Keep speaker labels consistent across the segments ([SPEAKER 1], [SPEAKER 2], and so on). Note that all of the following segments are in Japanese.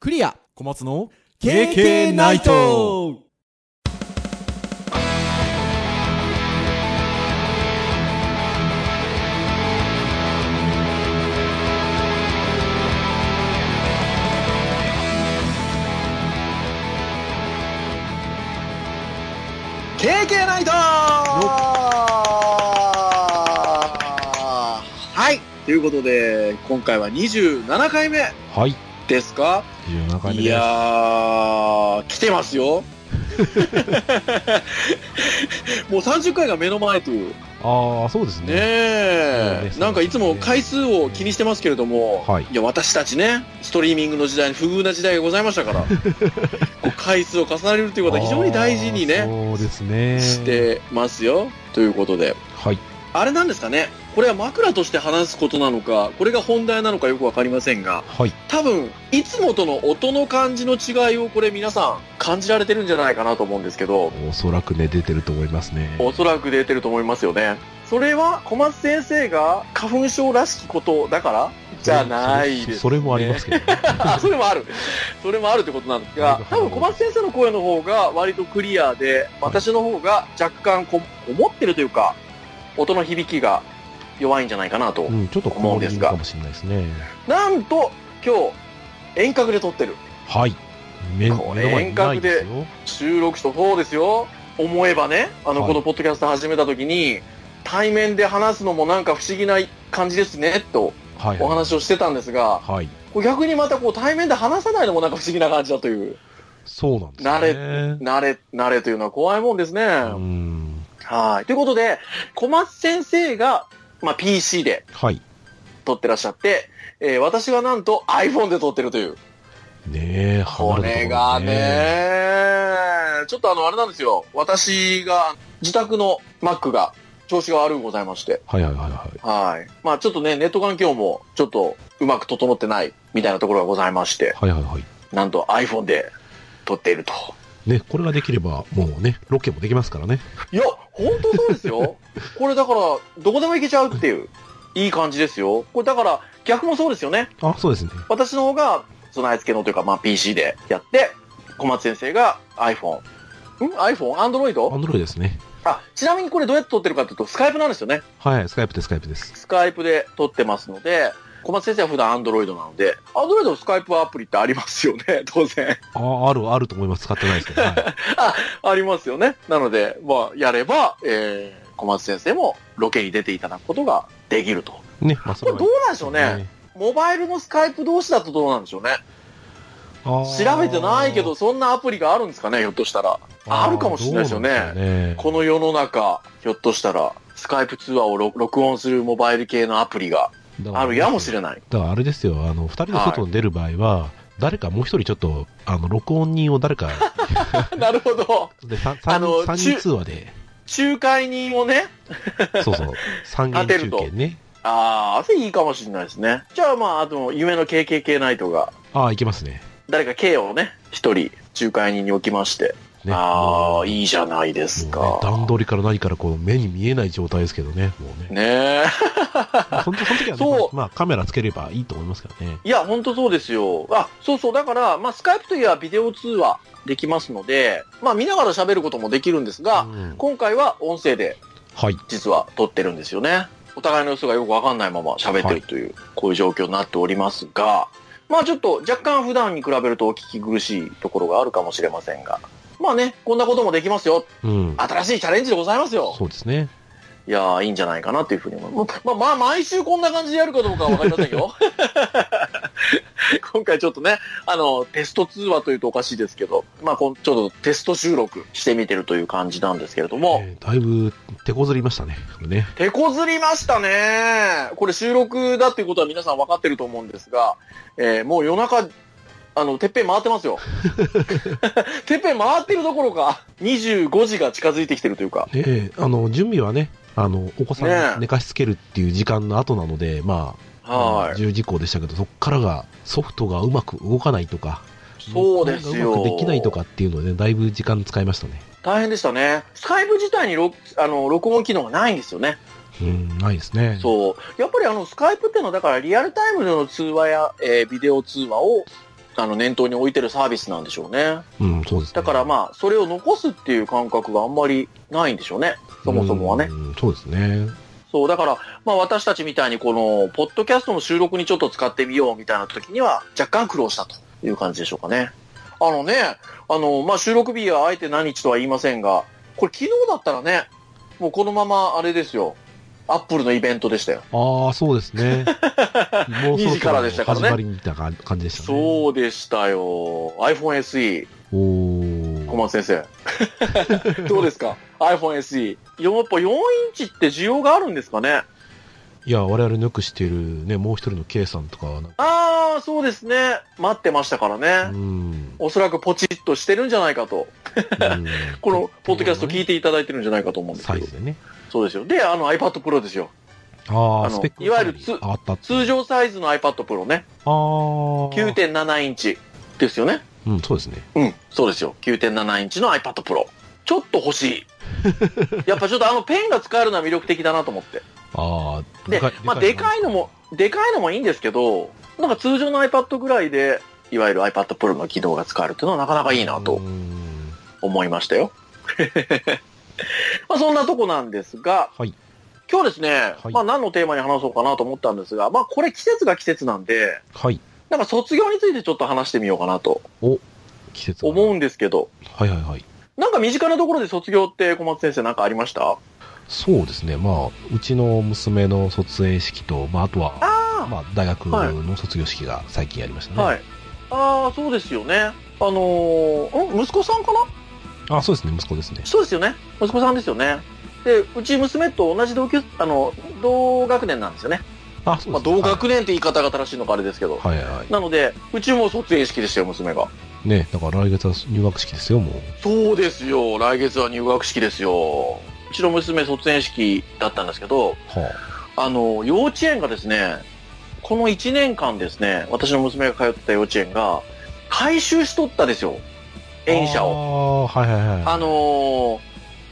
[SPEAKER 1] クリア
[SPEAKER 2] 小松の
[SPEAKER 1] KK ナイト
[SPEAKER 3] はい。ということで、今回は27回目
[SPEAKER 2] はい
[SPEAKER 3] ですか
[SPEAKER 2] 17回目
[SPEAKER 3] い
[SPEAKER 2] です
[SPEAKER 3] やー、来てま すよ。もう30回が目の前という。
[SPEAKER 2] ああそうです
[SPEAKER 3] ね
[SPEAKER 2] ねそうで
[SPEAKER 3] え
[SPEAKER 2] す。ね
[SPEAKER 3] なんかいつも回数を気にしてますけれども、
[SPEAKER 2] はい
[SPEAKER 3] や、私たちね、ストリーミングの時代に不遇な時代がございまし たから、こう回数を重ねるということは非常に大事に
[SPEAKER 2] あ
[SPEAKER 3] ね、
[SPEAKER 2] ーそうですね
[SPEAKER 3] してますよ。ということで。
[SPEAKER 2] はい
[SPEAKER 3] あれなんですかねこれは枕として話すことなのか、これが本題なのかよくわかりませんが、
[SPEAKER 2] はい
[SPEAKER 3] 多分、いつもとの音の感じの違いをこれ皆さん感じられてるんじゃないかなと思うんですけど、
[SPEAKER 2] おそらくね出てると思いますね
[SPEAKER 3] おそらく出てると思いますよね。それは小松先生が花粉症らしきことだからじゃないです、ね。
[SPEAKER 2] それそれもありますけどね
[SPEAKER 3] あそれもある。それもあるってことなんですが、多分小松先生の声の方が割とクリアで、私の方が若干こ思ってるというか、音の響きが弱いんじゃないかなと。
[SPEAKER 2] うんちょっと
[SPEAKER 3] 思うん
[SPEAKER 2] 氷
[SPEAKER 3] ですが
[SPEAKER 2] かもしれないですね
[SPEAKER 3] なんと、今日、遠隔で撮ってる。
[SPEAKER 2] はい目
[SPEAKER 3] これ
[SPEAKER 2] 目の前にないですよ
[SPEAKER 3] 収録とそうですよ。思えばね、あの、
[SPEAKER 2] はい
[SPEAKER 3] このポッドキャスト始めた時に、対面で話すのもなんか不思議な感じですね、と
[SPEAKER 2] はい
[SPEAKER 3] お話をしてたんですが、
[SPEAKER 2] はい
[SPEAKER 3] こう逆にまたこう対面で話さないのもなんか不思議な感じだという、
[SPEAKER 2] そうなんですね
[SPEAKER 3] 慣れ慣れ、慣れというのは怖いもんですね。
[SPEAKER 2] うん
[SPEAKER 3] はい。ということで、小松先生が、まあ、PC で
[SPEAKER 2] はい
[SPEAKER 3] 撮ってらっしゃって、えー私がなんと iPhone で撮ってるという。
[SPEAKER 2] ねえ
[SPEAKER 3] これがね、ちょっとあの、あれなんですよ。私が、自宅の Mac が調子が悪くございまして。
[SPEAKER 2] はいはいはいは
[SPEAKER 3] はい。まあちょっとね、ネット環境もちょっとうまく整ってないみたいなところがございまして、
[SPEAKER 2] いはいはいはい
[SPEAKER 3] なんと iPhone で撮っていると。
[SPEAKER 2] ねこれができればもうねロケもできますからね
[SPEAKER 3] いや、本当そうですよ。これだから、どこでも行けちゃうっていう、いい感じですよ。これだから、逆もそうですよね。
[SPEAKER 2] あそうですね
[SPEAKER 3] 私の方が備え付けのというか、まあ、PC でやって、小松先生が iPhone。ん ?iPhone?
[SPEAKER 2] ア
[SPEAKER 3] Android?
[SPEAKER 2] ンドロイドですね
[SPEAKER 3] あ、ちなみにこれどうやって撮ってるかというと、スカイプなんですよね。
[SPEAKER 2] はいスカイプですスカイプです
[SPEAKER 3] スカイプで撮ってますので、小松先生は普段 Android なので、Android のスカイプアプリってありますよね、 当然。
[SPEAKER 2] ああるあると思います使ってないですけど、はい、
[SPEAKER 3] ありますよね。なので、まあ、やれば、えー、小松先生もロケに出ていただくことができると。
[SPEAKER 2] ねまあそ
[SPEAKER 3] こ
[SPEAKER 2] れ
[SPEAKER 3] れ
[SPEAKER 2] は
[SPEAKER 3] どうなんでしょうね。モバイルのスカイプ同士だとどうなんでしょうね。
[SPEAKER 2] あー
[SPEAKER 3] 調べてないけど、そんなアプリがあるんですかね、ひょっとしたら。あるかもしれないですよね
[SPEAKER 2] どうなんでしょうね
[SPEAKER 3] この世の中、ひょっとしたら、スカイプ通話を録録音するモバイル系のアプリがあるやもし
[SPEAKER 2] ない
[SPEAKER 3] れ ない。
[SPEAKER 2] だからあれですよあの2人で外に出る場合は、誰かもう一人ちょっとあの録音人を誰か
[SPEAKER 3] なるほど。
[SPEAKER 2] で 3,
[SPEAKER 3] あの
[SPEAKER 2] 人通話で
[SPEAKER 3] 仲介人をね、
[SPEAKER 2] そう そう三元中継ね
[SPEAKER 3] ああ、それいいかもしれないですね。じゃあまあ、あと、夢の KKK ナイトが、
[SPEAKER 2] ああいけますね
[SPEAKER 3] 誰か K をね、一人、仲介人に置きまして。
[SPEAKER 2] ね
[SPEAKER 3] ああ、
[SPEAKER 2] い
[SPEAKER 3] いいじゃないですか。
[SPEAKER 2] 段取りから何からこう目に見えない状態ですけどねも うね
[SPEAKER 3] ねえ。
[SPEAKER 2] そのその時は、ね
[SPEAKER 3] そう
[SPEAKER 2] まあ、カメラつければいいと思いますからね
[SPEAKER 3] いや、ほんとそうですよ。あ、そうそう。だから、まあ、スカイプといえばビデオ通話できますので、まあ、見ながら喋ることもできるんですが、
[SPEAKER 2] うん
[SPEAKER 3] 今回は音声で
[SPEAKER 2] はい
[SPEAKER 3] 実は撮ってるんですよね。お互いの様子がよくわかんないまま喋ってるという、こういう状況になっておりますが、まあちょっと若干普段に比べるとお聞き苦しいところがあるかもしれませんが、まあね、こんなこともできますよ。
[SPEAKER 2] うん
[SPEAKER 3] 新しいチャレンジでございますよ。
[SPEAKER 2] そうですね
[SPEAKER 3] いやー、いいんじゃないかなというふうに思います。まあ、まあ、毎週こんな感じでやるかどうかはわかりませんよ。 今回ちょっとね、あの、テスト通話というとおかしいですけど、まあ、こんちょっとテスト収録してみてるという感じなんですけれども、
[SPEAKER 2] えーだいぶ手こずりましたねこれね
[SPEAKER 3] 手こずりましたね。これ収録だっていうことは皆さん分かってると思うんですが、えーもう夜中、あの、てっぺん回ってます よ。てっぺん回ってるどころか、25時が近づいてきてるというか。
[SPEAKER 2] ねえあの準備はねあのお子さ
[SPEAKER 3] ね
[SPEAKER 2] ん
[SPEAKER 3] え
[SPEAKER 2] 寝かしつけるっていう時間の後なので、まあ、
[SPEAKER 3] はい。
[SPEAKER 2] 重事項でしたけどそこからがソフトがうまく動かないとか
[SPEAKER 3] そうですよ。
[SPEAKER 2] うまくできないとかっていうので、だいぶ時間使いましたね
[SPEAKER 3] 大変でしたね。スカイプ自体に録あの録音機能がないんですよね。
[SPEAKER 2] うんないですね
[SPEAKER 3] そう。やっぱりあのスカイプっていうのは、だからリアルタイムでの通話や、えービデオ通話をあの、念頭に置いてるサービスなんでしょうね。
[SPEAKER 2] うん、そうです、ね。
[SPEAKER 3] だからまあ、それを残すっていう感覚があんまりないんでしょうね。そもそもはね。
[SPEAKER 2] うん。そうですね。
[SPEAKER 3] そう、だから、まあ私たちみたいにこの、ポッドキャストの収録にちょっと使ってみようみたいな時には、若干苦労したという感じでしょうかね。あのね、あの、まあ収録日はあえて何日とは言いませんが、これ昨日だったらね、もうこのままあれですよ。アップルのイベントでしたよ。
[SPEAKER 2] ああ、そうです ね。もうそろ
[SPEAKER 3] 2時からでし
[SPEAKER 2] そ
[SPEAKER 3] た
[SPEAKER 2] ろ
[SPEAKER 3] か
[SPEAKER 2] 始
[SPEAKER 3] らね
[SPEAKER 2] まりみたいな感じでしたね。
[SPEAKER 3] そうでしたよ。iPhone SE、
[SPEAKER 2] う。お
[SPEAKER 3] 小
[SPEAKER 2] お。
[SPEAKER 3] 松先生。 どうですか ?iPhone SE。やっぱ4インチって需要があるんですかね
[SPEAKER 2] いや、我々ぬくしてるね、もう一人の K さんとかはなんか、
[SPEAKER 3] ああ、そうですね。待ってましたからね。
[SPEAKER 2] うん。
[SPEAKER 3] おそらくポチッとしてるんじゃないかと。このポッドキャスト聞
[SPEAKER 2] い
[SPEAKER 3] いていただいてるんじゃないかと思うんです
[SPEAKER 2] サ
[SPEAKER 3] け
[SPEAKER 2] イ
[SPEAKER 3] ど
[SPEAKER 2] ズ。でね。
[SPEAKER 3] そうですよ。で、あの iPad Pro ですよ。
[SPEAKER 2] あ
[SPEAKER 3] あ
[SPEAKER 2] あ、
[SPEAKER 3] の
[SPEAKER 2] スペック
[SPEAKER 3] いわゆるつ
[SPEAKER 2] ああったあった
[SPEAKER 3] 通常サイズの iPad Pro ね。
[SPEAKER 2] あー
[SPEAKER 3] 9.7インチですよね。
[SPEAKER 2] うん、そうですね。
[SPEAKER 3] うん、そうですよ。9.7インチの iPad Pro。ちょっと欲しい。やっぱちょっとあのペンが使えるのは魅力的だなと思って。
[SPEAKER 2] ああ、
[SPEAKER 3] で、まあでかいの
[SPEAKER 2] も。
[SPEAKER 3] も、でかいのもいいんですけど、なんか通常の iPad ぐらいで、いわゆる iPad Pro の機能が使えるっていうのはなかなかいいなと
[SPEAKER 2] うん
[SPEAKER 3] 思いましたよ。 まあそんなとこなんですが、
[SPEAKER 2] はい
[SPEAKER 3] 今日ですね、
[SPEAKER 2] はい
[SPEAKER 3] まあ何のテーマに話そうかなと思ったんですが、まあこれ季節が季節なんで、
[SPEAKER 2] はい。
[SPEAKER 3] なんか卒業についてちょっと話してみようかなと
[SPEAKER 2] 季節が
[SPEAKER 3] 思うんですけど、
[SPEAKER 2] はいはいはい。
[SPEAKER 3] なんか身近なところで卒業って小松先生なんかありました
[SPEAKER 2] そうですね。まあ、うちの娘の卒園式と、まあ、あとは、
[SPEAKER 3] あ
[SPEAKER 2] まあ、大学の卒業式が最近やりました
[SPEAKER 3] あ、
[SPEAKER 2] ね。
[SPEAKER 3] はい。ああ、そうですよね。あのーん息子さんかな
[SPEAKER 2] あ、そうですね、息子ですね。
[SPEAKER 3] そうですよね。息子さんですよね。で、うち娘と同じ同級、あの、同学年なんですよね。
[SPEAKER 2] あ、そう
[SPEAKER 3] ま
[SPEAKER 2] で
[SPEAKER 3] あ、
[SPEAKER 2] すね。
[SPEAKER 3] 同学年って言い方が正しいのかあれですけど。
[SPEAKER 2] はいはいは
[SPEAKER 3] なので、うちも卒園式でしたよ、娘が。
[SPEAKER 2] い。ね、だから来月は入学式ですよ、もう。
[SPEAKER 3] そうですよ。来月は入学式ですよ。うちの娘卒園式だったんですけど、
[SPEAKER 2] は
[SPEAKER 3] あの、幼稚園がですね、この1年間ですね、私の娘が通ってた幼稚園が、回収しとったですよ。
[SPEAKER 2] あ。
[SPEAKER 3] 園舎を。
[SPEAKER 2] を。ああ、はいはいはい。
[SPEAKER 3] あのー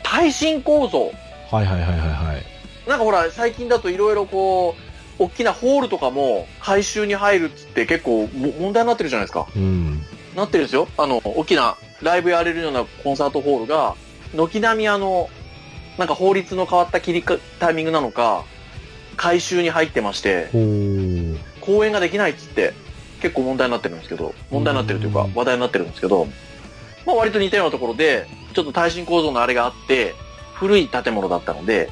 [SPEAKER 3] 耐震構造。
[SPEAKER 2] はいはいはいはいはい。
[SPEAKER 3] なんかほら、最近だといろいろこう、大きなホールとかも回収に入るっつって結構も問題になってるじゃないですか。
[SPEAKER 2] うん。
[SPEAKER 3] なってるんですよ。あの、大きなライブやれるようなコンサートホールが、軒並みあの、なんか法律の変わった切りかタイミングなのか、回収に入ってまして、
[SPEAKER 2] ほう。
[SPEAKER 3] 公演ができないっつって、結構問題になってるんですけど、問題になってるというか
[SPEAKER 2] うん、
[SPEAKER 3] 話題になってるんですけど、まあ割と似たようなところで、ちょっと耐震構造のあれがあって、古い建物だったので、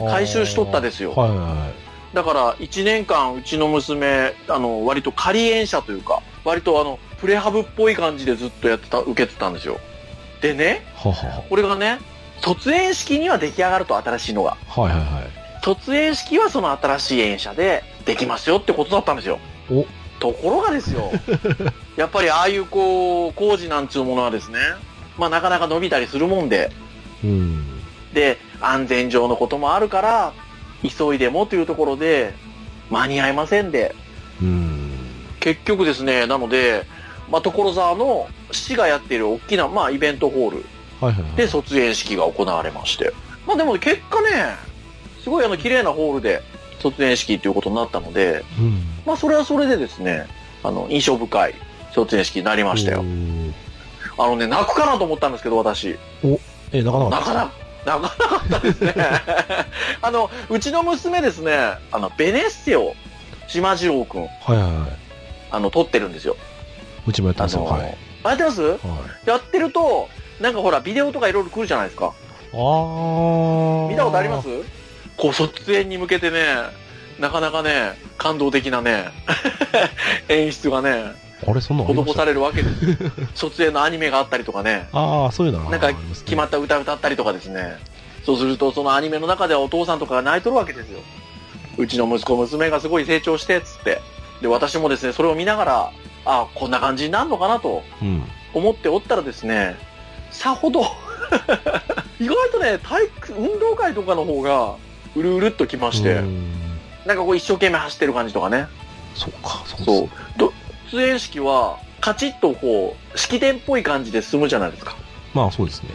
[SPEAKER 3] 回収しとったですよ
[SPEAKER 2] はいはいはい。
[SPEAKER 3] だから1年間うちの娘あの割と仮園舎というか割とあのプレハブっぽい感じでずっとやってた受けてたんですよでね
[SPEAKER 2] はは
[SPEAKER 3] これがね卒園式には出来上がると新しいのが
[SPEAKER 2] は。はいはいはい。
[SPEAKER 3] 卒園式はその新しい園舎でできますよってことだったんですよ
[SPEAKER 2] お
[SPEAKER 3] ところがですよやっぱりああいうこう工事なんちゅうものはですねまあなかなか伸びたりするもんで
[SPEAKER 2] うん。
[SPEAKER 3] で、安全上のこともあるから、急いでもというところで、間に合いませんで、
[SPEAKER 2] うん。
[SPEAKER 3] 結局ですね、なので、まあ、所沢の市がやっている大きな、まあ、イベントホール
[SPEAKER 2] はいはいはい。
[SPEAKER 3] で卒園式が行われまして、まあ、でも結果ね、すごいあの、綺麗なホールで卒園式ということになったので、
[SPEAKER 2] うん。
[SPEAKER 3] まあ、それはそれでですね、あの、印象深い卒園式になりました
[SPEAKER 2] お
[SPEAKER 3] よ。
[SPEAKER 2] ー。
[SPEAKER 3] あのね、泣くかなと思ったんですけど、私。
[SPEAKER 2] え、なかなか
[SPEAKER 3] なかなか、なかなかったですね。あの、うちの娘ですね、あの、ベネッセを、島次郎くん、
[SPEAKER 2] はいはいはい。
[SPEAKER 3] あの、撮ってるんですよ。
[SPEAKER 2] うちもやって
[SPEAKER 3] あ
[SPEAKER 2] ますよ。
[SPEAKER 3] の、
[SPEAKER 2] はい。
[SPEAKER 3] あやってます
[SPEAKER 2] はい。
[SPEAKER 3] やってると、なんかほら、ビデオとかいろいろ来るじゃないですか。
[SPEAKER 2] ああ。
[SPEAKER 3] 見たことありますこう、卒園に向けてね、なかなかね、感動的な ね、演出がね、
[SPEAKER 2] あれ、そんなのありま
[SPEAKER 3] 施
[SPEAKER 2] した
[SPEAKER 3] されるわけですよ。卒園のアニメがあったりとかね、
[SPEAKER 2] ああ、そういうのは
[SPEAKER 3] なんか
[SPEAKER 2] ありますね
[SPEAKER 3] 決まった歌歌ったりとかですね。そうすると、そのアニメの中ではお父さんとかが泣いとるわけですよ。うちの息子、娘がすごい成長して、つって。で、私もですね、それを見ながら、あこんな感じになるのかなと
[SPEAKER 2] うん。
[SPEAKER 3] 思っておったらですね、さほど、 意外とね、体育、運動会とかの方が、うるうるっときまして、
[SPEAKER 2] うん
[SPEAKER 3] なんかこう一生懸命走ってる感じとかね。
[SPEAKER 2] そうか、そうです
[SPEAKER 3] そう。ど出演式は、カチッとこう、式典っぽい感じで進むじゃないですか。
[SPEAKER 2] まあ、そうですね。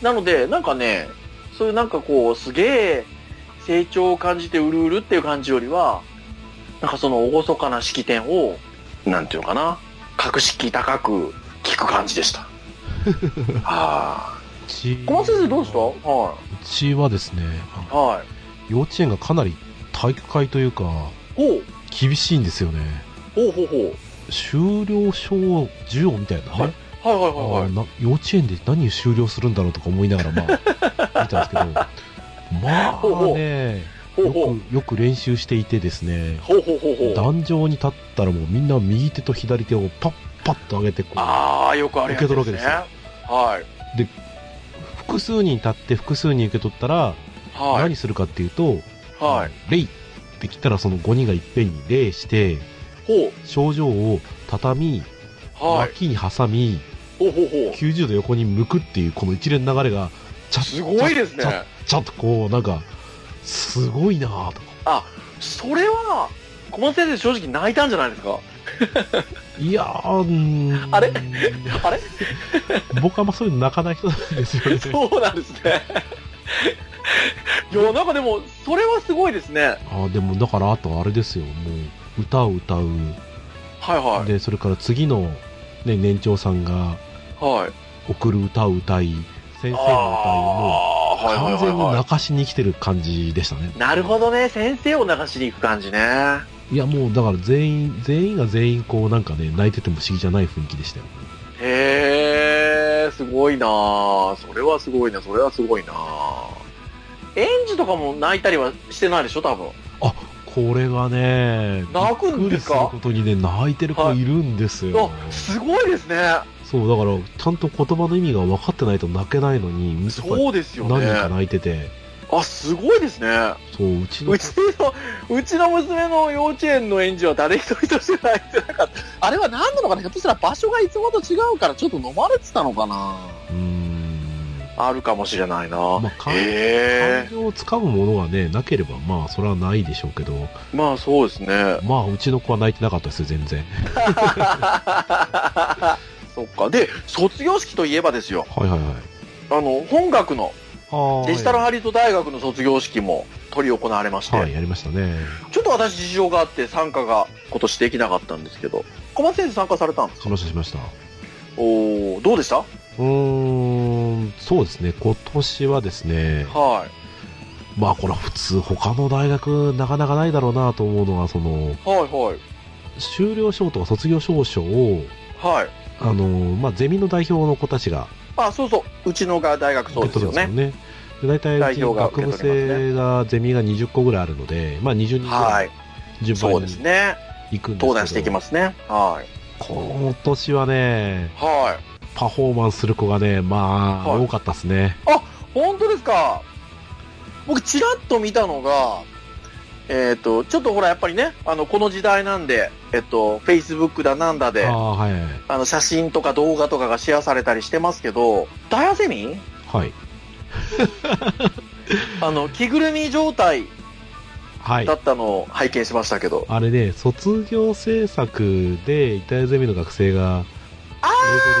[SPEAKER 3] なので、なんかね、そういうなんかこう、すげえ成長を感じてうるうるっていう感じよりは、なんかその厳かな式典を、なんていうのかな、格式高く聞く感じでした。 はいう
[SPEAKER 2] ち
[SPEAKER 3] 小松先生どうですか
[SPEAKER 2] う
[SPEAKER 3] は
[SPEAKER 2] ちはですね、あの
[SPEAKER 3] い。はい。
[SPEAKER 2] 幼稚園がかなり体育会というか、
[SPEAKER 3] ほう。
[SPEAKER 2] 厳しいんですよね。
[SPEAKER 3] ほうほうほう。
[SPEAKER 2] 修了証授業みたいなね。
[SPEAKER 3] はいはいはい
[SPEAKER 2] あ
[SPEAKER 3] はい
[SPEAKER 2] ー。な幼稚園で何を修了するんだろうとか思いながら、ま あ、見たんですけど、ま
[SPEAKER 3] ほうほ
[SPEAKER 2] あ
[SPEAKER 3] う
[SPEAKER 2] ね、
[SPEAKER 3] ほう
[SPEAKER 2] よ
[SPEAKER 3] ほう。
[SPEAKER 2] くよく練習していてですね、
[SPEAKER 3] ほうほうほうほう。
[SPEAKER 2] 壇上に立ったらもうみんな右手と左手をパッパッと上げてこう、
[SPEAKER 3] ああ、よくあるやつですね。
[SPEAKER 2] 受け取るわ
[SPEAKER 3] はい。
[SPEAKER 2] 複数人立って複数人受け取ったら、
[SPEAKER 3] は
[SPEAKER 2] 何するかっていうと、
[SPEAKER 3] い。はい。
[SPEAKER 2] 礼って来たらその5人がいっぺんに礼して、
[SPEAKER 3] ほ
[SPEAKER 2] 症状を畳み、
[SPEAKER 3] う。はい。
[SPEAKER 2] 脇に挟み、
[SPEAKER 3] ほうほうほう。
[SPEAKER 2] 90度横に向くっていうこの一連の流れが、ちゃ
[SPEAKER 3] すごいですね
[SPEAKER 2] ちゃ。ちゃっとこう、なんか、すごいなぁとか。
[SPEAKER 3] それは、小松先生正直泣いたんじゃないですか
[SPEAKER 2] いやー、うーん
[SPEAKER 3] あれあれ
[SPEAKER 2] 僕はあんまそういうの泣かない人なんですよね。
[SPEAKER 3] そうなんですね。いや、なんかでも、それはすごいですね。
[SPEAKER 2] あーでも、だから、あとあれですよ、もう、歌を歌う。
[SPEAKER 3] はいはい。
[SPEAKER 2] で、それから次の、ね、年長さんが
[SPEAKER 3] はい。
[SPEAKER 2] 送る歌を歌い、先生の歌いを、も
[SPEAKER 3] あ
[SPEAKER 2] う、
[SPEAKER 3] ーはい
[SPEAKER 2] 完
[SPEAKER 3] はい
[SPEAKER 2] 全に
[SPEAKER 3] はいは
[SPEAKER 2] 泣かしに来てる感じでしたね。
[SPEAKER 3] い。なるほどね。先生を流しに行く感じね。あ
[SPEAKER 2] いや、もう、だから全員、全員が全員、こう、なんかね、泣いてても不思議じゃない雰囲気でしたよ。
[SPEAKER 3] へえ、すごいなあそれはすごいな、それはすごいなあ園児とかも泣いたりはしてないでしょ、多分。
[SPEAKER 2] これがね、
[SPEAKER 3] 泣くんですか
[SPEAKER 2] びっくりることにね、泣いてる子いるんですよ。
[SPEAKER 3] あ、すごいですね。
[SPEAKER 2] そう、だから、ちゃんと言葉の意味が分かってないと泣けないのに、やっぱり
[SPEAKER 3] そうですよ
[SPEAKER 2] 何人か
[SPEAKER 3] ね。
[SPEAKER 2] 泣いてて、
[SPEAKER 3] あ、すごいですね。
[SPEAKER 2] そう、うちの
[SPEAKER 3] う、ちの、うちの娘の幼稚園の園児は誰一人として泣いてなかった。あれは何なのかなひょっとしたら場所がいつもと違うからちょっと飲まれてたのかな
[SPEAKER 2] うーん、
[SPEAKER 3] あるかもしれないな
[SPEAKER 2] まあ、感
[SPEAKER 3] へ
[SPEAKER 2] 感情をつかむものがね、なければ、まあ、それはないでしょうけど、
[SPEAKER 3] え。まあそうですね。
[SPEAKER 2] まあ、うちの子は泣いてなかったですよ、全然。
[SPEAKER 3] そっか。で、卒業式といえばですよ。
[SPEAKER 2] はいはいはい。
[SPEAKER 3] あの、本学の
[SPEAKER 2] あ
[SPEAKER 3] デジタル
[SPEAKER 2] は
[SPEAKER 3] ハリウッド大学の卒業式も取り行われまして、
[SPEAKER 2] い、やりましたね。
[SPEAKER 3] ちょっと私事情があって参加が今年できなかったんですけど、小松先生参加されたんですか
[SPEAKER 2] 話しました。
[SPEAKER 3] おおどうでした
[SPEAKER 2] うーん、そうですね、今年はですね、
[SPEAKER 3] は
[SPEAKER 2] まあ、これは普通、他の大学、なかなかないだろうなと思うのは、その、
[SPEAKER 3] い。はいはい。
[SPEAKER 2] 修了証とか卒業証書を、
[SPEAKER 3] はい。
[SPEAKER 2] あのまあ、ゼミの代表の子たちが
[SPEAKER 3] あ、そうそう。うちのが大学そう
[SPEAKER 2] 受け
[SPEAKER 3] です
[SPEAKER 2] 取る
[SPEAKER 3] よ
[SPEAKER 2] んですよ
[SPEAKER 3] ね。
[SPEAKER 2] ね。で大体うち
[SPEAKER 3] 代表が
[SPEAKER 2] 学
[SPEAKER 3] 受け
[SPEAKER 2] 部
[SPEAKER 3] 取ります
[SPEAKER 2] 生がゼミが20個ぐらいあるので、まあ、20人ぐ
[SPEAKER 3] は
[SPEAKER 2] らい
[SPEAKER 3] い。
[SPEAKER 2] 順
[SPEAKER 3] そ
[SPEAKER 2] 番
[SPEAKER 3] う
[SPEAKER 2] に
[SPEAKER 3] ですね。
[SPEAKER 2] 行くんですけど、
[SPEAKER 3] 登壇していきますね。はい。
[SPEAKER 2] 今年はね
[SPEAKER 3] はい。
[SPEAKER 2] パフォーマンスする子がねまあ、
[SPEAKER 3] はい
[SPEAKER 2] 多かったですね
[SPEAKER 3] 本当ですか僕、ちらっと見たのが、えっ、と、ちょっとほら、やっぱりね、あの、この時代なんで、えっと、Facebook だなんだで、
[SPEAKER 2] あ
[SPEAKER 3] あ
[SPEAKER 2] あはいはい
[SPEAKER 3] の、写真とか動画とかがシェアされたりしてますけど、ダイアセミン
[SPEAKER 2] はい
[SPEAKER 3] あの、着ぐるみ状態
[SPEAKER 2] はい
[SPEAKER 3] だったのを拝見しましたけど。
[SPEAKER 2] あれね卒業制作でイタリアゼミの学生が
[SPEAKER 3] あ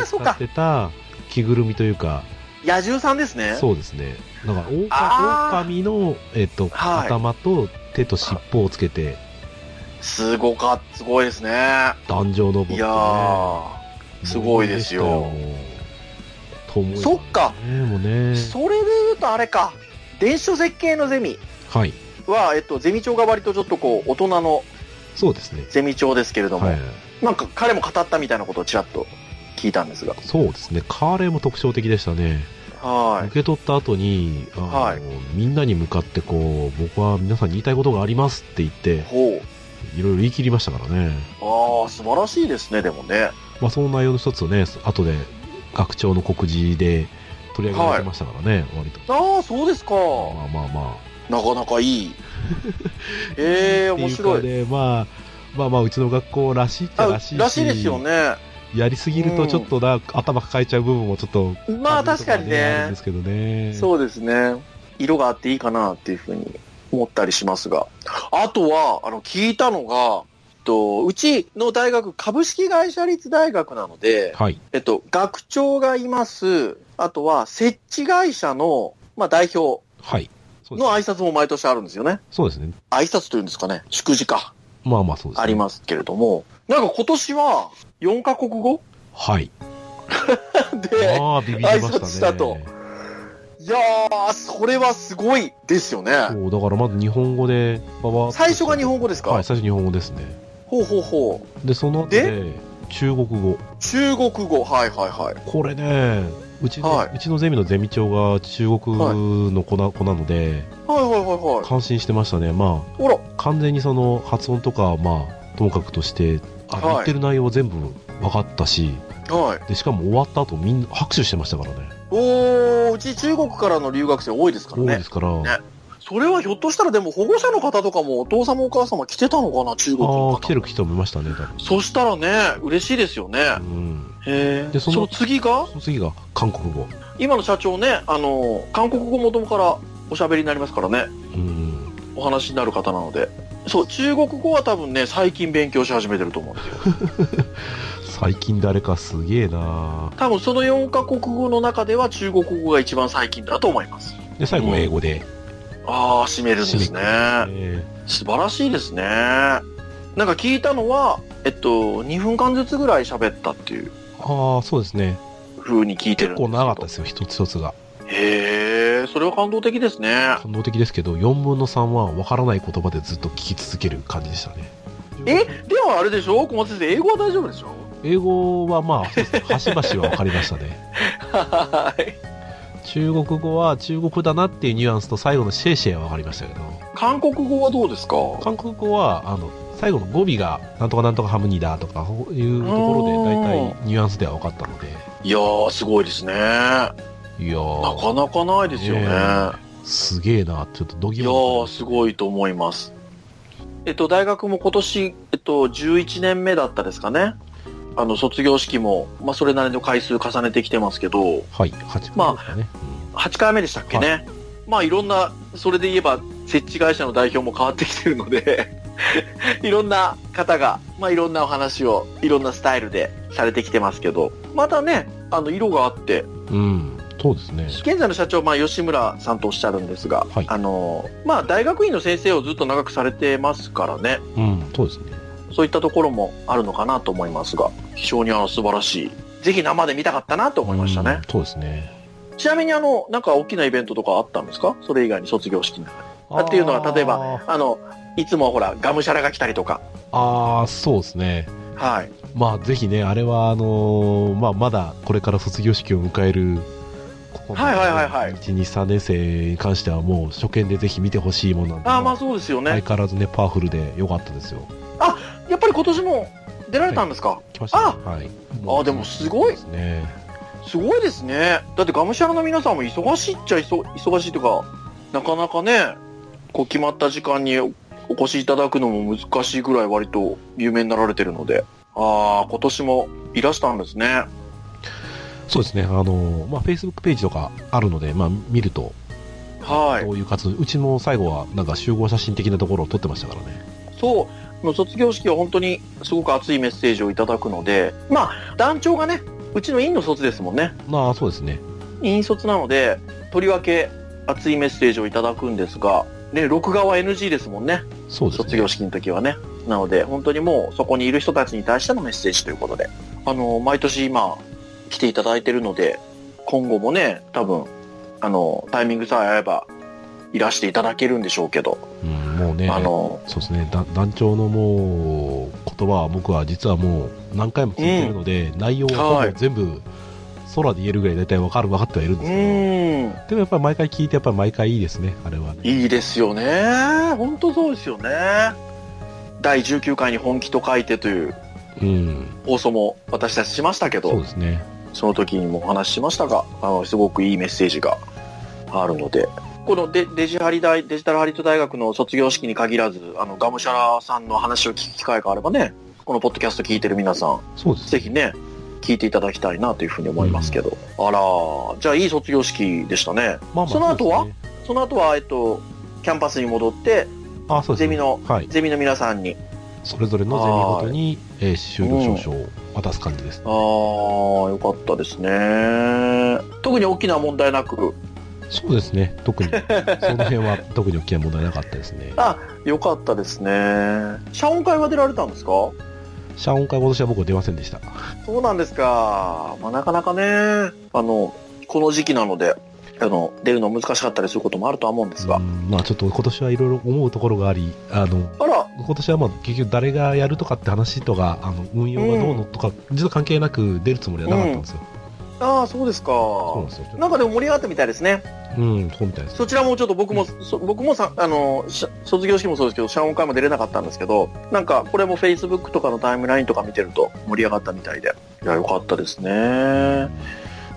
[SPEAKER 2] 映像で
[SPEAKER 3] そっ
[SPEAKER 2] 使
[SPEAKER 3] か
[SPEAKER 2] ってた着ぐるみというか
[SPEAKER 3] 野獣さんですね。
[SPEAKER 2] そうですね。だから、オオ
[SPEAKER 3] あー
[SPEAKER 2] カミの、えっと、
[SPEAKER 3] はい
[SPEAKER 2] 頭と手と尻尾をつけて、
[SPEAKER 3] すごか、すごいですね。
[SPEAKER 2] 壇上登って、ね。
[SPEAKER 3] いやー。すごいですよ
[SPEAKER 2] と思います、
[SPEAKER 3] そっか。
[SPEAKER 2] ね、もうね。
[SPEAKER 3] それで言うとあれか、電子書籍系のゼミ
[SPEAKER 2] はい。
[SPEAKER 3] は、えっと、ゼミ長が割とちょっとこう、大人の
[SPEAKER 2] そうですね。
[SPEAKER 3] ゼミ長ですけれども、
[SPEAKER 2] はい。
[SPEAKER 3] なんか彼も語ったみたいなことをちらっと聞いたんですが。
[SPEAKER 2] そうですね。カーレーも特徴的でしたね。
[SPEAKER 3] は
[SPEAKER 2] 受け取った後に、あの
[SPEAKER 3] はい
[SPEAKER 2] みんなに向かってこう、僕は皆さんに言いたいことがありますって言って
[SPEAKER 3] い。、ほう。
[SPEAKER 2] いろいろ言い切りましたからね。
[SPEAKER 3] ああ、素晴らしいですね、でもね。
[SPEAKER 2] まあ、その内容の一つをね、後で学長の告示で取り上げられてましたからね、割と。
[SPEAKER 3] ああ、そうですか。
[SPEAKER 2] まあまあま
[SPEAKER 3] なかなかい い。
[SPEAKER 2] あ。
[SPEAKER 3] ええ
[SPEAKER 2] って
[SPEAKER 3] 面
[SPEAKER 2] うか
[SPEAKER 3] 白い。
[SPEAKER 2] ねまあ、まあまあ、うちの学校らしいっちゃ
[SPEAKER 3] あ
[SPEAKER 2] らしいし。
[SPEAKER 3] らしいですよね。
[SPEAKER 2] やりすぎるとちょっとな、頭抱えちゃう部分もちょっと。
[SPEAKER 3] まあ確か
[SPEAKER 2] あ
[SPEAKER 3] に
[SPEAKER 2] るん
[SPEAKER 3] ね
[SPEAKER 2] で。すけどね。
[SPEAKER 3] そうですね。色があっていいかなっていうふうに思ったりしますが。あとは、あの、聞いたのが、えっと、うちの大学、株式会社立大学なので、
[SPEAKER 2] はい。
[SPEAKER 3] えっと、学長がいます。あとは、設置会社の、まあ、代表
[SPEAKER 2] はい。そうで
[SPEAKER 3] の
[SPEAKER 2] す
[SPEAKER 3] 挨拶も毎年あるんですよね。
[SPEAKER 2] そうですね。
[SPEAKER 3] 挨拶というんですかね。祝辞か。
[SPEAKER 2] まあまあそうです、ね。
[SPEAKER 3] あり
[SPEAKER 2] ま
[SPEAKER 3] ますけれども、なんか今年は、 4カ国語
[SPEAKER 2] はい。
[SPEAKER 3] で、
[SPEAKER 2] ああ、ビビりま
[SPEAKER 3] 挨拶し
[SPEAKER 2] した
[SPEAKER 3] た
[SPEAKER 2] ね。
[SPEAKER 3] といやー、それはすごいですよね。
[SPEAKER 2] そう、だからまず日本語で、ばば
[SPEAKER 3] 最初が日本語ですか、
[SPEAKER 2] はい、最初日本語ですね。
[SPEAKER 3] ほうほうほう。
[SPEAKER 2] で、その後で、中国語。
[SPEAKER 3] 中国語、はいはいはい。
[SPEAKER 2] これね、うちの、
[SPEAKER 3] はいう
[SPEAKER 2] ちのゼミのゼミ長が中国の子な,、子なので、
[SPEAKER 3] はいはいはいはい。
[SPEAKER 2] 感心してましたね。まあ、
[SPEAKER 3] ほら、
[SPEAKER 2] 完全にその発音とか、まあ、ともかくとして、あ
[SPEAKER 3] はい
[SPEAKER 2] 言ってる内容は全部分かったし、
[SPEAKER 3] はい。
[SPEAKER 2] で、しかも終わった後みんな拍手してましたからね。
[SPEAKER 3] おー、うち中国からの留学生多いですか
[SPEAKER 2] 多
[SPEAKER 3] ら
[SPEAKER 2] い
[SPEAKER 3] ね
[SPEAKER 2] で。すから、
[SPEAKER 3] ねそれはひょっとしたらでも保護者の方とかもお父様お母様来てたのかな、中国
[SPEAKER 2] あ
[SPEAKER 3] の
[SPEAKER 2] あ、
[SPEAKER 3] 方。
[SPEAKER 2] 来てる人もいましたね、多分。
[SPEAKER 3] そしたらね、嬉しいですよね。
[SPEAKER 2] うん。
[SPEAKER 3] へえ。
[SPEAKER 2] で
[SPEAKER 3] で、
[SPEAKER 2] そ
[SPEAKER 3] そ
[SPEAKER 2] の
[SPEAKER 3] の次が、
[SPEAKER 2] その次が韓国語。
[SPEAKER 3] 今の社長ね、あの、韓国語元からおしゃべりになりますからね、
[SPEAKER 2] うん。
[SPEAKER 3] お話になる方なので。そう、中国語は多分ね、最近勉強し始めてると思うんですよ。
[SPEAKER 2] 最近誰かすげえな
[SPEAKER 3] 多分その4カ国語の中では中国語が一番最近だと思います。
[SPEAKER 2] で、最後英語で。
[SPEAKER 3] ああ、締めるんですね。
[SPEAKER 2] え
[SPEAKER 3] 素晴らしいですね。なんか聞いたのは、えっと、2分間ずつぐらい喋ったっていう
[SPEAKER 2] ーああ、そうですね。
[SPEAKER 3] 風に聞いてるん
[SPEAKER 2] 結構長かったですすよ、一つ一つが。
[SPEAKER 3] けど。へえ、それは感動的ですね。
[SPEAKER 2] 感動的ですけど、4分の3は分からない言葉でずっと聞き続ける感じでしたね。
[SPEAKER 3] えでもあれでしょ小松先生、英語は大丈夫でしょ
[SPEAKER 2] 英語はまあ、そうですね端々は分かりましたね。
[SPEAKER 3] はい。
[SPEAKER 2] 中国語は中国だなっていうニュアンスと最後のシェイシェイは分かりましたけど、
[SPEAKER 3] 韓国語はどうですか
[SPEAKER 2] 韓国語は、あの、最後の語尾が、なんとかなんとかハムニだとか、こういうところで大体ニュアンスでは分かったので、
[SPEAKER 3] いやー、すごいですね。ない
[SPEAKER 2] やー、
[SPEAKER 3] かなかないですよね。
[SPEAKER 2] ねえすげえな、ちょっとドギ
[SPEAKER 3] いやー、すごいと思います。えっと、大学も今年、えっと、11年目だったですかね。あの、卒業式も、まあ、それなりの回数重ねてきてますけど、
[SPEAKER 2] はい、8分
[SPEAKER 3] まあ
[SPEAKER 2] ですかね。うん
[SPEAKER 3] 8回目でしたっけね、まあいろんな、それで言えば設置会社の代表も変わってきてるので、 いろんな方が、まあいろんなお話を、いろんなスタイルでされてきてますけど、またね、あの色があって、
[SPEAKER 2] うん、そうですね。
[SPEAKER 3] 現在の社長、まあ吉村さんとおっしゃるんですが、
[SPEAKER 2] はい
[SPEAKER 3] あの、まあ大学院の先生をずっと長くされてますからね、
[SPEAKER 2] うん、そうですね。
[SPEAKER 3] そういったところもあるのかなと思いますが、非常にあの素晴らしい。ぜひ生で見たかったなと思いましたね。
[SPEAKER 2] うんそうですね。
[SPEAKER 3] ちなみにあの、なんか大きなイベントとかあったんですかそれ以外に卒業式の中でっていうのは例えば。あの、いつもほら、がむしゃらが来たりとか。
[SPEAKER 2] ああ、そうですね。
[SPEAKER 3] はい。
[SPEAKER 2] まあ、ぜひね、あれは、あのーまあ、まだこれから卒業式を迎える、ここの
[SPEAKER 3] はいはいはいはい
[SPEAKER 2] 1、2、3年生に関しては、もう初見でぜひ見てほしいものなんで、
[SPEAKER 3] ああ、まあそうですよ
[SPEAKER 2] 相
[SPEAKER 3] ね。
[SPEAKER 2] 変わらずね、パワフルで良かったですよ。
[SPEAKER 3] やっぱり今年も出られたんですか、
[SPEAKER 2] 来ましたね。はい。
[SPEAKER 3] あでもすご
[SPEAKER 2] そう
[SPEAKER 3] い
[SPEAKER 2] ですね。
[SPEAKER 3] すごいですね。だってがむしゃらの皆さんも忙しいっちゃ忙忙しいとか、なかなかね、こう決まった時間におお越しいただくのも難しいぐらい割と有名になられてるので。ああ、今年もいらしたんですね。
[SPEAKER 2] そうですね。あのーまあ、Facebook ページとかあるので、まあ、見ると、
[SPEAKER 3] はい。
[SPEAKER 2] どういう活動、うちの最後は、なんか集合写真的なところを撮ってましたからね。
[SPEAKER 3] そう、もう卒業式は本当にすごく熱いメッセージをいただくので、まあ、団長がね、うちの院の卒ですもんね。
[SPEAKER 2] まあ、そうですね。
[SPEAKER 3] 院卒なので、とりわけ熱いメッセージをいただくんですが、ね、録画は NG ですもんね。
[SPEAKER 2] そうですね。
[SPEAKER 3] 卒業式の時はね。なので、本当にもうそこにいる人たちに対してのメッセージということで、あの、毎年今、来ていただいてるので、今後もね、多分、あの、タイミングさえ合えば、いらしていただけるんでしょうけど、
[SPEAKER 2] うん、もうね、
[SPEAKER 3] あの、
[SPEAKER 2] そうですね、だ団長のもう言葉は僕は実はもう何回も聞いてるので、内容はほぼ全部空で言えるぐらい大体わかる分かってはいるんで
[SPEAKER 3] う
[SPEAKER 2] すけ
[SPEAKER 3] ーん。
[SPEAKER 2] ど、でもやっぱり毎回聞いて、やっぱり毎回いいですね、あれはね。
[SPEAKER 3] いいですよね。本当そうですよね。第19回に本気と書いてという
[SPEAKER 2] うん、
[SPEAKER 3] 放送も私たちしましたけ
[SPEAKER 2] そう
[SPEAKER 3] ど
[SPEAKER 2] で、すね。
[SPEAKER 3] その時にもお話ししましたが、あの、すごくいいメッセージがあるので、このデデジハリ大、デジタルハリウッド大学の卒業式に限らず、あの、ガムシャラさんの話を聞く機会があればね、このポッドキャスト聞いてる皆さん、
[SPEAKER 2] そうです
[SPEAKER 3] ぜひね、聞いていただきたいなというふうに思いますけど。あら、じゃあいい卒業式でしたね。
[SPEAKER 2] まあまあ
[SPEAKER 3] その後は
[SPEAKER 2] うですね
[SPEAKER 3] その後は、えっと、キャンパスに戻って、
[SPEAKER 2] あそうですね
[SPEAKER 3] ゼミの
[SPEAKER 2] はい、
[SPEAKER 3] ゼミの皆さんに、
[SPEAKER 2] それぞれのゼミごとに、えー、修了証書を渡す感じです、
[SPEAKER 3] ああ、よかったですね。特に大きな問題なく、
[SPEAKER 2] そうですね、特に、その辺は特に大き な問題なかったですね。
[SPEAKER 3] あよかったですね。謝恩会は出られたんですか
[SPEAKER 2] 謝恩会今年は僕は出ませんでした。
[SPEAKER 3] そうなんですか。まあ、なかなかね、あの、この時期なので、あの、出るの難しかったりすることもあるとは思うんですが
[SPEAKER 2] う。んまあちょっと今年はいろいろ思うところがあり、あの、
[SPEAKER 3] あら、
[SPEAKER 2] 今年はまあ結局誰がやるとかって話とか、あの運用がどうのとか、実は関係なく出るつもりはなかったんですよ。
[SPEAKER 3] ああ、そうですか。
[SPEAKER 2] そうなんですよ。
[SPEAKER 3] なんかでも盛り上がったみたいですね。
[SPEAKER 2] うん、そうみたいです。
[SPEAKER 3] そちらもちょっと僕も、そ僕もさ、あの、し卒業式もそうですけど、謝恩会も出れなかったんですけど、なんかこれも Facebook とかのタイムラインとか見てると盛り上がったみたいで。いや、よかったですね。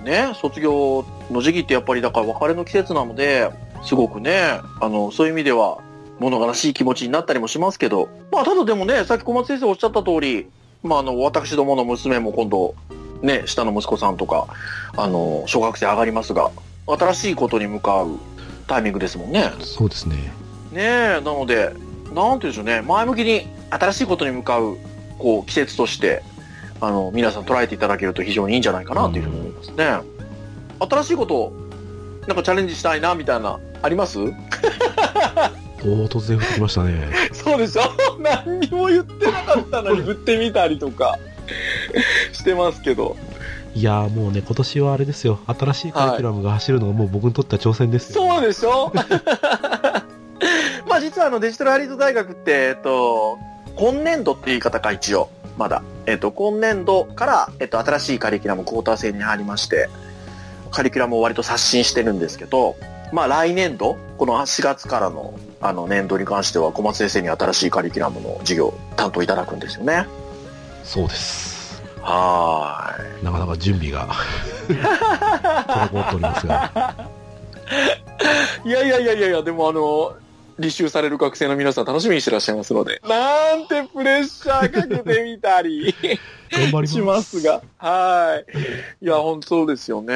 [SPEAKER 3] ね、卒業の時期ってやっぱりだから別れの季節なので、すごくね、あの、そういう意味では、物悲しい気持ちになったりもしますけど、まあ、ただでもね、さっき小松先生おっしゃった通り、まあ、あの、私どもの娘も今度、ね、下の息子さんとか、あの、小学生上がりますが、新しいことに向かうタイミングですもんね。
[SPEAKER 2] そうですね。
[SPEAKER 3] ねえ、なので、なんていうんでしょうね、前向きに新しいことに向かう、こう、季節として、あの、皆さん捉えていただけると非常にいいんじゃないかなというふうに思いますね。新しいこと、なんかチャレンジしたいな、みたいな、あります
[SPEAKER 2] おお、突然降ってきましたね。
[SPEAKER 3] そうでしょ何にも言ってなかったのに振ってみたりとかしてますけど。
[SPEAKER 2] いやーもうね、今年はあれですよ。新しいカリキュラムが走るのがもう僕にとっては挑戦ですよ。
[SPEAKER 3] そうでしょまあ実はあのデジタルアリート大学って、えっと、今年度って言い方か一応、まだ。えっと、今年度から、えっと、新しいカリキュラムクォーター制に入りまして、カリキュラムを割と刷新してるんですけど、まあ来年度、この4月からの、あの年度に関しては小松先生に新しいカリキュラムの授業を担当いただくんですよね。
[SPEAKER 2] そうです。
[SPEAKER 3] はーい。
[SPEAKER 2] なかなか準備 が滞っておりますが。
[SPEAKER 3] いやいやいやいやいや、でもあの、履修される学生の皆さん楽しみにしてらっしゃいますので。なんてプレッシャーかけてみたり
[SPEAKER 2] 頑張ります。
[SPEAKER 3] しますが。はい。いや、本当そうですよね。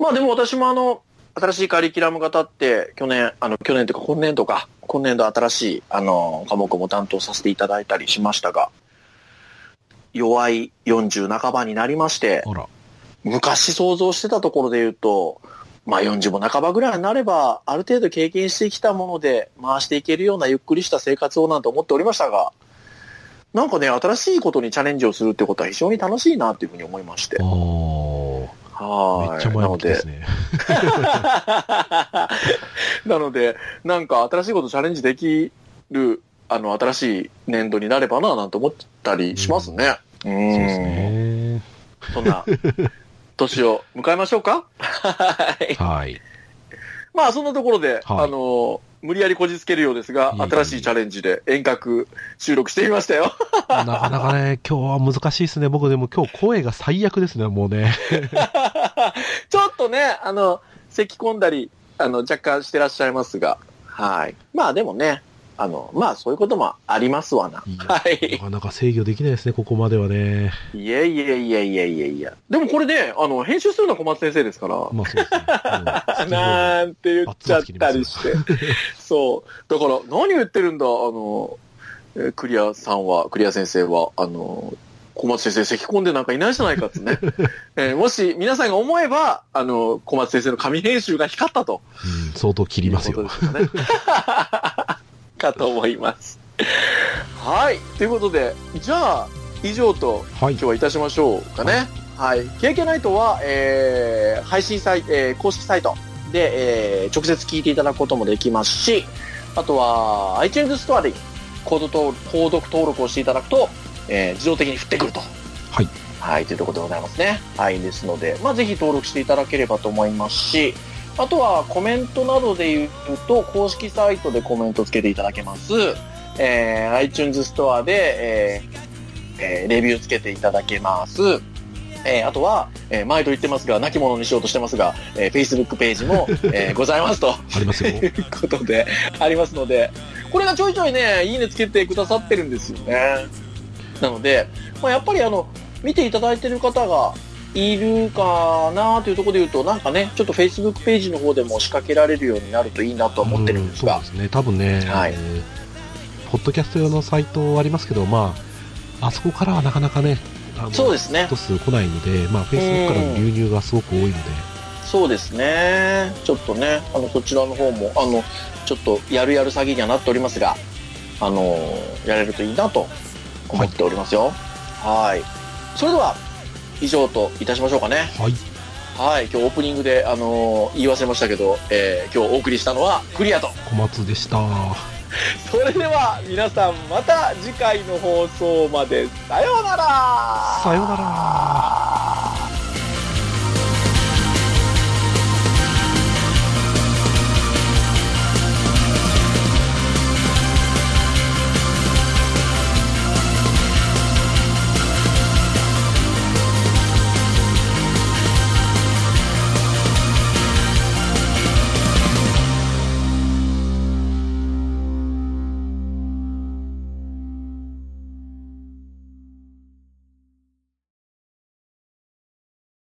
[SPEAKER 3] まあでも私もあの、新しいカリキュラムが立って、去年、あの、去年というか今年度か、今年度新しい、あの、科目も担当させていただいたりしましたが、弱い40半ばになりまして、
[SPEAKER 2] あら、
[SPEAKER 3] 昔想像してたところで言うと、まあ40も半ばぐらいになれば、ある程度経験してきたもので、回していけるようなゆっくりした生活をなんて思っておりましたが、なんかね、新しいことにチャレンジをするってことは非常に楽しいなっていうふうに思いまして。
[SPEAKER 2] お
[SPEAKER 3] は
[SPEAKER 2] ー、
[SPEAKER 3] い。
[SPEAKER 2] めっちゃ前向きですね。
[SPEAKER 3] なので、 なんか新しいことチャレンジできる、あの、新しい年度になればな、なんて思ったりしますね。
[SPEAKER 2] そう
[SPEAKER 3] うん。
[SPEAKER 2] ですね。
[SPEAKER 3] そんな、年を迎えましょうか はい。
[SPEAKER 2] はい。
[SPEAKER 3] まあ、そんなところで、あのー、無理やりこじつけるようですが、
[SPEAKER 2] いえいえ
[SPEAKER 3] 新しいチャレンジで遠隔収録してみましたよ。
[SPEAKER 2] なかなかね、今日は難しいですね。僕でも今日声が最悪ですね、もうね。
[SPEAKER 3] ちょっとね、あの、咳込んだり、あの、若干してらっしゃいますが、はい。まあ、でもね、あの、まあ、そういうこともありますわな。
[SPEAKER 2] いや
[SPEAKER 3] はい
[SPEAKER 2] な。かなか制御できないですね、ここまではね。
[SPEAKER 3] いやいやいやいやいやいや。でもこれね、あの、編集するのは小松先生ですから。
[SPEAKER 2] まあそうですね。うん
[SPEAKER 3] なんて言っちゃったりして。そう。だから、何言ってるんだ、あの、えークリアさんは、クリア先生は、あの、小松先生、咳込んでなんかいないじゃないかっつ ね。えーもし、皆さんが思えば、あの、小松先生の紙編集が光ったと。
[SPEAKER 2] うん相当切ります
[SPEAKER 3] いう
[SPEAKER 2] よ。
[SPEAKER 3] こと ですよね。かと思います。はい。ということで、じゃあ、以上と
[SPEAKER 2] はい
[SPEAKER 3] 今日。はいたしましょうかね。はい。KK ナイトは、えー、配信サイト、えー公式サイトで、えー、直接聞いていただくこともできますし、あとは、iTunes ストアで、購読登録購読登録をしていただくと、えー自動的に降ってくると。
[SPEAKER 2] はい。
[SPEAKER 3] はい、というところでございますね。はい、ですので、まあ、ぜひ登録していただければと思いますし、あとはコメントなどで言うと、公式サイトでコメントつけていただけます。えー iTunes ストアで、えーえーレビューつけていただけます。えーあとは、えー前と言ってますが、亡き者にしようとしてますが、えー Facebook ページ も、えーございますと。
[SPEAKER 2] ありますよ。
[SPEAKER 3] ということで、ありますので、これがちょいちょいね、いいねつけてくださってるんですよね。なので、まあ、やっぱりあの、見ていただいてる方がいるかなというところで言うと、なんかね、ちょっと Facebook ページの方でも仕掛けられるようになるといいなと思ってるんです
[SPEAKER 2] うん、
[SPEAKER 3] が
[SPEAKER 2] そうですね。多分ね、
[SPEAKER 3] はい
[SPEAKER 2] えーポッドキャスト用のサイトありますけど、まあ、あそこからはなかなかね、あの
[SPEAKER 3] そうですね
[SPEAKER 2] ヒット。数来ないので、まあ、Facebook からの流入がすごく多いので、
[SPEAKER 3] そうですね。ちょっとね、あの、そちらの方も、あの、ちょっとやるやる詐欺にはなっておりますが、あの、やれるといいなと思っておりますよ。はい。それでは、以上といたしましょうかね。
[SPEAKER 2] はい。
[SPEAKER 3] はい。今日オープニングで、あのー言い忘れましたけど、えー今日お送りしたのはクリアと。
[SPEAKER 2] 小松でした。
[SPEAKER 3] それでは、皆さんまた次回の放送まで。さようなら
[SPEAKER 2] さようなら。